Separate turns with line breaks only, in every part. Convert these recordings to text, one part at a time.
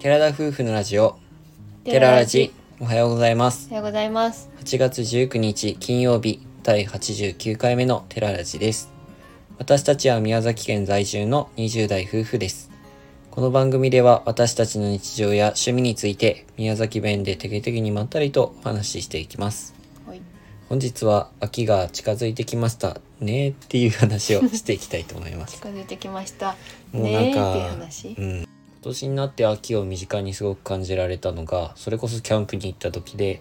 寺田夫婦のラジオ寺ラジおはようございます
おはようございます
8月19日金曜日第89回目の寺ラジです私たちは宮崎県在住の20代夫婦ですこの番組では私たちの日常や趣味について宮崎弁でてけてけにまったりとお話ししていきます
はい
本日は秋が近づいてきましたねっていう話をしていきたいと思います
近づいてきました
もうなん
ねえ
か
っていう話
うん、今年になって秋を身近にすごく感じられたのがそれこそキャンプに行った時で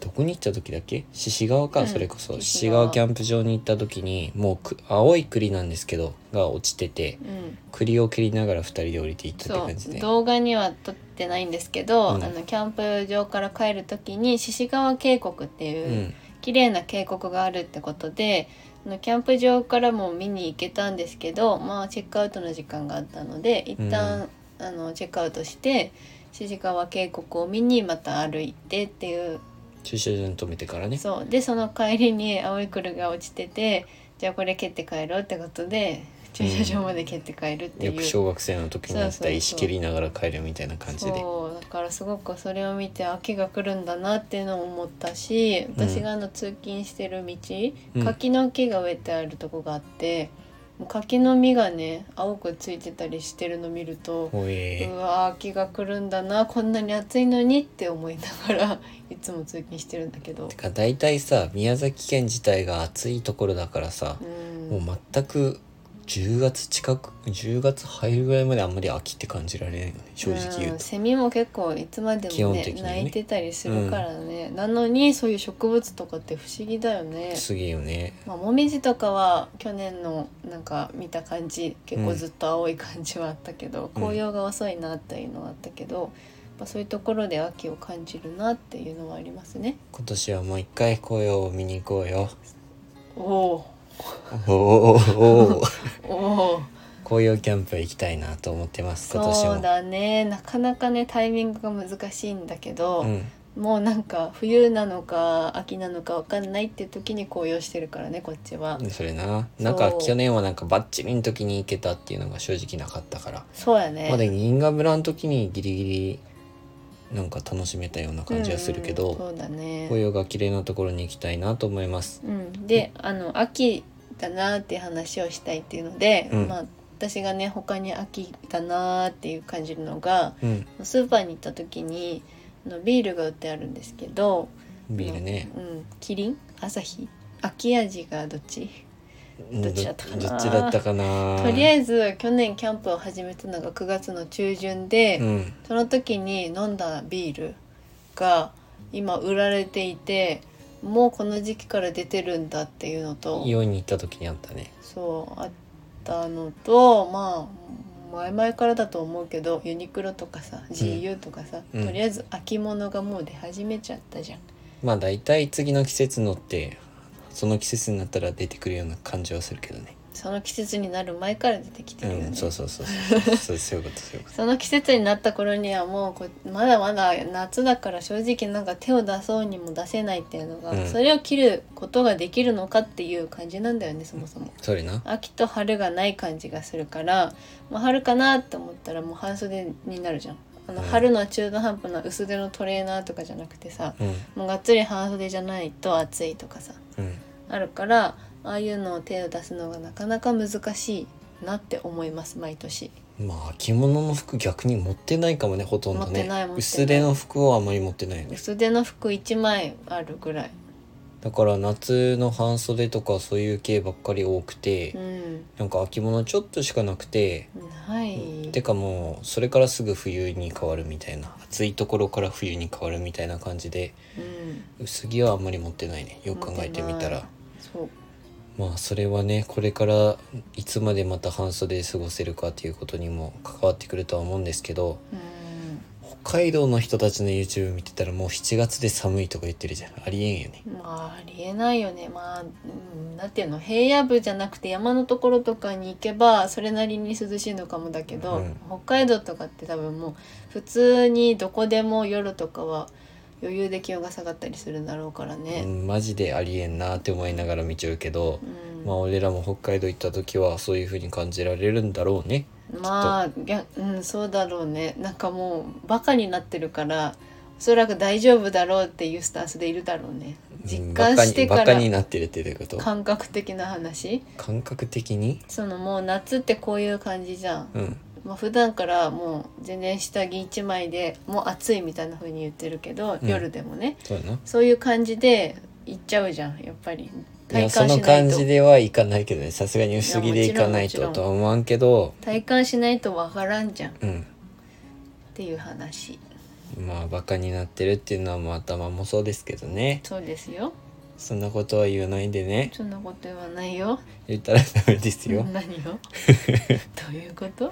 どこに行った時だっけ獅子川か、
うん
それこそ獅
獅
子
子
川
川
キャンプ場に行った時にもうく青い栗なんですけどが落ちてて
うん
栗を蹴りながら2人で降りていったって
そ
感じ
う
で
動画には撮ってないんですけど、
うん
あのキャンプ場から帰る時に獅子川渓谷って
う
いう、
ん
綺麗な渓谷があるってことであのキャンプ場からも見に行けたんですけどまあチェックアウトの時間があったので一旦、あのチェックアウトして獅子川渓谷を見にまた歩いてっていう
駐車場に止めてからね
そうでその帰りに青いルが落ちててじゃあこれ蹴って帰ろうってことで駐車場まで蹴って帰るってい
よ
う、
く小学生の時にやっ
そうそう
た
そう
石蹴りながら帰るみたいな感じで
そうだからすごくそれを見て秋が来るんだなっていうのを思ったし私があの通勤してる道、
うん
柿の木が植えてあるとこがあってもう柿の実がね青くついてたりしてるの見ると。
ほえ
うわ秋が来るんだなこんなに暑いのにって思いながらいつも通勤してるんだけど
て、か大体さ宮崎県自体が暑いところだからさ、
うん、
もう全く10月近く10月入るぐらいまであんまり秋って感じられないよね正直言
う
うんと、
セミも結構いつまで
基
も
本
ね
的にね
鳴いてたりするからね、なのにそういう植物とかって不思議だよね、
すげえよね
まあ、もみじとかは去年のなんか見た感じ結構ずっと青い感じはあったけど、
うん
紅葉が遅いなっていうのはあったけど、まあ、そういうところで秋を感じるなっていうのはありますね
今年はもう一回紅葉を見に行こうよ
おお
おおおお
おお
紅葉キャンプ行きたいなと思ってます今年も
そうだねなかなかねタイミングが難しいんだけど、
うん、
もうなんか冬なのか秋なのかわかんないって時に紅葉してるからねこっちは、
それななんか
そう
去年はなんかバッチリの時に行けたっていうのが正直なかったから、
そうやね
まあ、で銀河村の時にギリギリなんか楽しめたような感じはするけど、
うんうんそうだね、
紅葉が綺麗なところに行きたいなと思います
うん、であの秋だなーっていう話をしたいっていうので、
うん
まあ私がね他に秋だなーっていう感じるのが
うん
スーパーに行った時にあのビールが売ってあるんですけど
ビールね、
うん、キリン朝日秋味がどっちどっちだったかな
どっちだったかな
とりあえず去年キャンプを始めたのが9月の中旬で、
うん
その時に飲んだビールが今売られていてもうこの時期から出てるんだっていうのと
イオンに行った時にあったね
そうあったのとまあ前々からだと思うけどユニクロとかさ GU とかさ、
うん
とりあえず秋物がもう出始めちゃったじゃん。
まあ大体次の季節のってその季節になったら出てくるような感じはするけどね
その季節になる前から出てきてるよね。
うんそうそうそうそうそうそういうことそういうこ
その季節になった頃にはもうこうまだまだ夏だから正直なんか手を出そうにも出せないっていうのが、
うん
それを切ることができるのかっていう感じなんだよねそもそも。
とそれな
秋と春がない感じがするから、まあ、春かなって思ったらもう半袖になるじゃん。あの
うん
春の中途半端な薄手のトレーナーとかじゃなくてさ
うん
もうがっつり半袖じゃないと暑いとかさ
うん
あるからああいうのを手を出すのがなかなか難しいなって思います毎年。
まあ着物の服逆に持ってないかもねほとんどね
持ってない持ってない
薄手の服をあまり持ってないよね
薄手の服1枚あるぐらい、
だから夏の半袖とかそういう系ばっかり多くて、
うん、
なんか秋物ちょっとしかなくて
はい
てかもうそれからすぐ冬に変わるみたいな暑いところから冬に変わるみたいな感じで
うん、
薄着はあんまり持ってないねよく考えてみたら
そう
まあそれはねこれからいつまでまた半袖で過ごせるかということにも関わってくるとは思うんですけど
う
北海道の人たちの YouTube 見てたらもう7月で寒いとか言ってるじゃんありえんよね
んまあありえないよねまあ、うん、なんていうの平野部じゃなくて山のところとかに行けばそれなりに涼しいのかもだけど、
うん
北海道とかって多分もう普通にどこでも夜とかは余裕で気温が下がったりするんだろうから
う
ね。
んマジでありえんなって思いながら見ちゃうけど
うん
まあ俺らも北海道行った時はそういう風に感じられるんだろうね
まあぎゃうんそうだろうねなんかもうバカになってるからおそらく大丈夫だろうっていうスタンスでいるだろうね実感してか
バカにバ
ら
カになってるってどういうこと
感覚的な話
感覚的に
そのもう夏ってこういう感じじゃん、
うん
まあ普段からもう全然下着1枚でもう暑いみたいな風に言ってるけど、
うん
夜でもね
そうやな
そういう感じで行っちゃうじゃんやっぱり
いや
体
そ
感
の
しない
感
と
じではいかないけどねさすがに薄着でいかない
いや
と
もち
と
ろ
は思わんけど
体感しないとわからんじゃんっ
うん
ていう話
まあバカになってるっていうのはもう頭もそうですけどね
そうですよ
そんなことは言わないでね
そんなこと言わないよ
言ったらダメですよ、
何 をどういうこと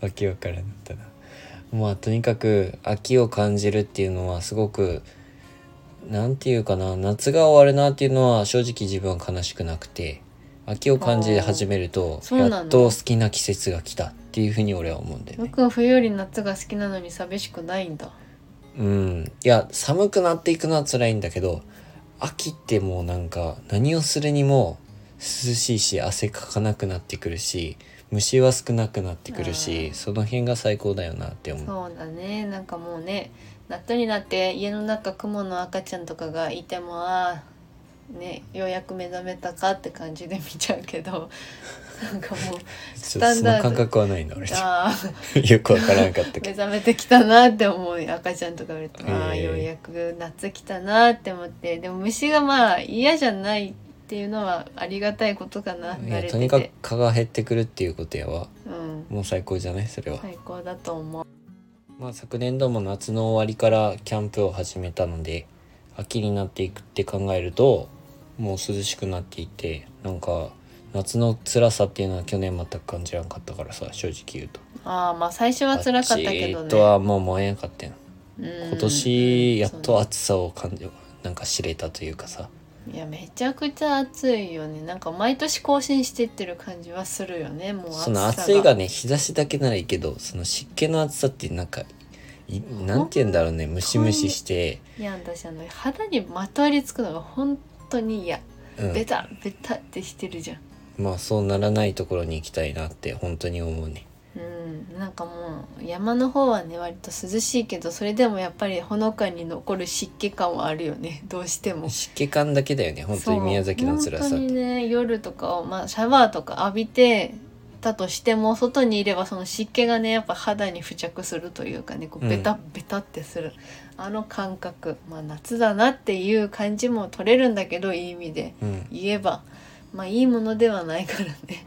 わけわからんかったなまあとにかく秋を感じるっていうのはすごくなんていうかな夏が終わるなっていうのは正直自分は悲しくなくて秋を感じ始めると
そうなの
やっと好きな季節が来たっていうふうに俺は思うんだよね
僕は冬より夏が好きなのに寂しくないんだ
うんいや寒くなっていくのは辛いんだけど秋ってもうなんか何をするにも涼しいし汗かかなくなってくるし虫は少なくなってくるし
あー
その辺が最高だよなって思う
そうだねなんかもうね夏になって家の中クモの赤ちゃんとかがいてもあーねようやく目覚めたかって感じで見ちゃうけど なんかもう
ち
ス
ょっと
タ
その
ンダード
感覚はないんだ俺
あ ー
よくわからんかったけ
目
ど
覚めてきたなって思う赤ちゃんとか見ると、ああ
ええ
ようやく夏来たなって思ってでも虫がまあ嫌じゃないっていうのはありがたいことかない慣
や
れ
と
て
にかく
て、
蚊が減ってくるっていうことやわ
うん、
もう最高じゃないそれは、
最高だと思う
まあ昨年度も夏の終わりからキャンプを始めたので秋になっていくって考えるともう涼しくなっていてなんか夏の辛さっていうのは去年全く感じらんかったからさ正直言うと
ああまあ最初は辛かったけど
あっち
ね
とはもう燃えなかったよ
うん
今年やっ
そう
と暑さを感じなんか知れたというかさ
いやめちゃくちゃ暑いよねなんか毎年更新してってる感じはするよねもう暑さ
その暑いがね日差しだけならいいけどその湿気の暑さってなんかいなんて言うんだろうねムシムシして、
いや私あの肌にまとわりつくのが本当に嫌
う
ベ
ん、
タベタってしてるじゃん
まあそうならないところに行きたいなって本当に思うね
うんなんかもう山の方はね割と涼しいけどそれでもやっぱりほのかに残る湿気感はあるよねどうしても
湿気感だけだよね本当に宮崎の辛
そう
さ
本当にね夜とかを、まあ、シャワーとか浴びてたとしても外にいればその湿気がねやっぱ肌に付着するというかねこ
う
うんベタベタってする、あの感覚、まあ、夏だなっていう感じも取れるんだけどいい意味で
うん
言えばまあいいものではないからね。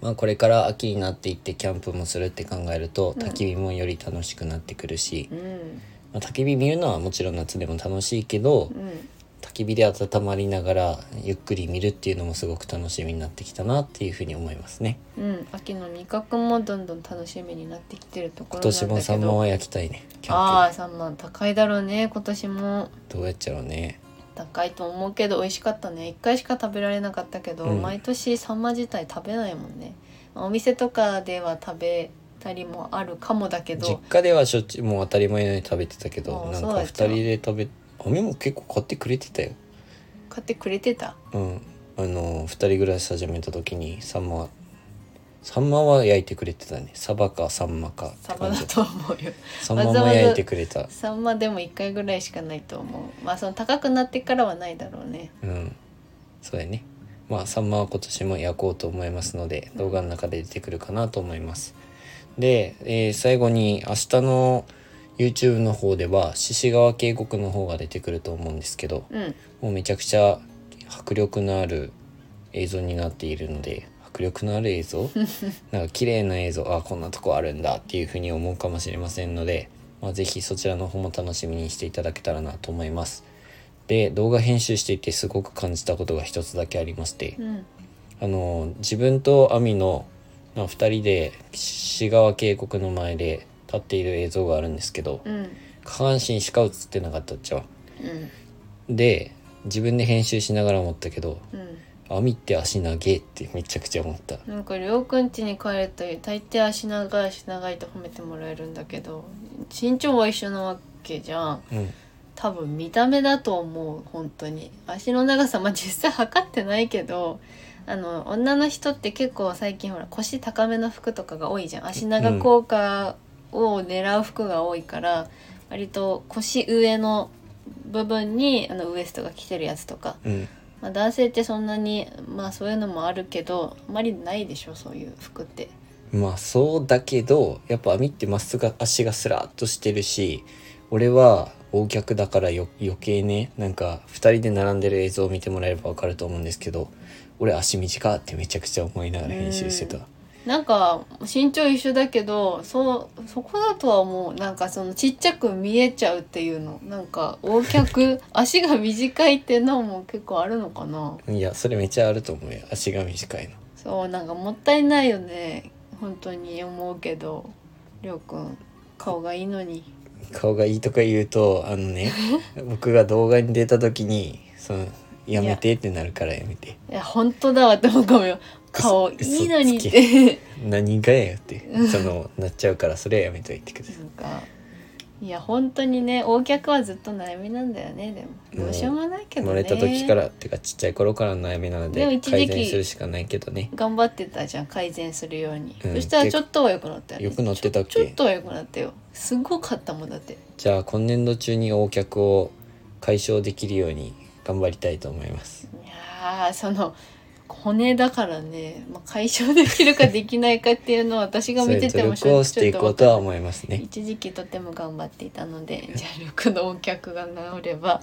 まあ、これから秋になっていってキャンプもするって考えると
うん
焚き火もより楽しくなってくるし、
うん
まあ、焚き火見るのはもちろん夏でも楽しいけど
うん
焚き火で温まりながらゆっくり見るっていうのもすごく楽しみになってきたなっていうふうに思いますね
うん、秋の味覚もどんどん楽しみになってきてるとこ
今
ろなんだ
年
けど
もサンマは焼きたいねキ
あ
ャン
あサンマ高いだろうね今年も
プどうやっちゃろうね
高いと思うけど美味しかったね一回しか食べられなかったけど、
うん
毎年サンマ自体食べないもんねまあお店とかでは食べたりもあるかもだけ
実
ど
家ではしょっちゅうもう当たり前のように食べてたけど
あ
な
あ
んか
そうだ
2
った
人で食べ網も結構買ってくれてたよ
買ってくれてた
うん、あの2人暮らし始めた時にサンマサンマは焼いてくれてたねサバかサンマかって
サンマ
感
だ
じ
と思うよ
サンマも焼いてくれた
サンマでも一回ぐらいしかないと思うまあその高くなってからはないだろうね
うんそうやねまあサンマは今年も焼こうと思いますので動画の中で出てくるかなと思いますで、えー最後に明日の YouTube の方では獅子川渓谷の方が出てくると思うんですけど
うん
もうめちゃくちゃ迫力のある映像になっているので迫力のある映 像なんか綺麗な映像あこんなとこあるんだっていうふうに思うかもしれませんので、まあ、ぜひそちらの方も楽しみにしていただけたらなと思いますで動画編集していてすごく感じたことが一つだけありまして
うん
あの自分と亜美のまあ2人で志川渓谷の前で立っている映像があるんですけど
うん
下半身しか映ってなかったっちゃう
うん
で自分で編集しながら思ったけど
うん
網って足長えってめちゃくちゃ思った
なんかりょうくん家に帰ると大抵足長い足長いと褒めてもらえるんだけど身長は一緒なわけじゃん
うん
多分見た目だと思う本当に足の長さまあ実際測ってないけどあの女の人って結構最近ほら腰高めの服とかが多いじゃん足長効果を狙う服が多いから、割と腰上の部分にあのウエストが来てるやつとか、
うん
まあ、男性ってそんなにまあそういうのもあるけどあまりないでしょそういう服って。
まあそうだけどやっぱ網ってまっすぐ足がスラッとしてるし俺はO's 脚だからよ余計ねなんか2人で並んでる映像を見てもらえればわかると思うんですけど俺足短ってめちゃくちゃ思いながら編集してた
うなんか身長一緒だけどそうそこだとはもうなんかそのちっちゃく見えちゃうっていうのなんか大 脚足が短いってのも結構あるのかない
やそれめっちゃあると思うよ足が短いの
そうなんかもったいないよね本当に思うけどりょうくん顔がいいのに
顔がいいとか言うとあの ね僕が動画に出た時にそのやめてってなるからやめて
いや本当だわって思うかもよ顔いいのにって
何がやよってそのなっちゃうからそれはやめといてください
なんかいや本当にね大脚はずっと悩みなんだよねでもどうしようもないけ
生
ど
ま
ね
れた時からってかちっちゃい頃からの悩みなの
でも
で
一時期
改善するしかないけどね
頑張ってたじゃん改善するように、
うん
そしたらちょっとは良くなったよね
良くなってたっけ
ちょちょっとは良くなったよすごかったもんだって
じゃあ今年度中に横脚を解消できるように頑張りたいと思います
いやーその骨だからね、まあ、解消できるかできないかっていうのは私が
そう
見
い
て
う
て
努
も
力をしていこうとは
ちょっ
思います
と
ね
一時期とても頑張っていたのでじゃあ力のお客が治れば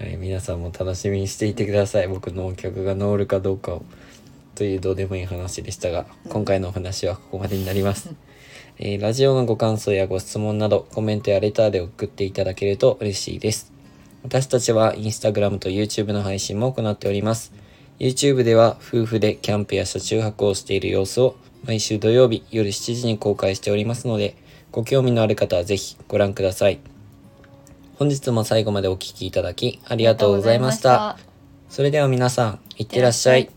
はい皆さんも楽しみにしていてください僕の横脚が治るかどうかをというどうでもいい話でしたが今回のお話はここまでになり ます、えーラジオのご感想やご質問などコメントやレターで送っていただけると嬉しいです私たちはインスタグラムと YouTube の配信も行っております YouTube では夫婦でキャンプや車中泊をしている様子を毎週土曜日夜7時に公開しておりますのでご興味のある方はぜひご覧ください本日も最後までお聴きいただきありがとうございました
ありがとうございました
それでは皆さんいってらっしゃい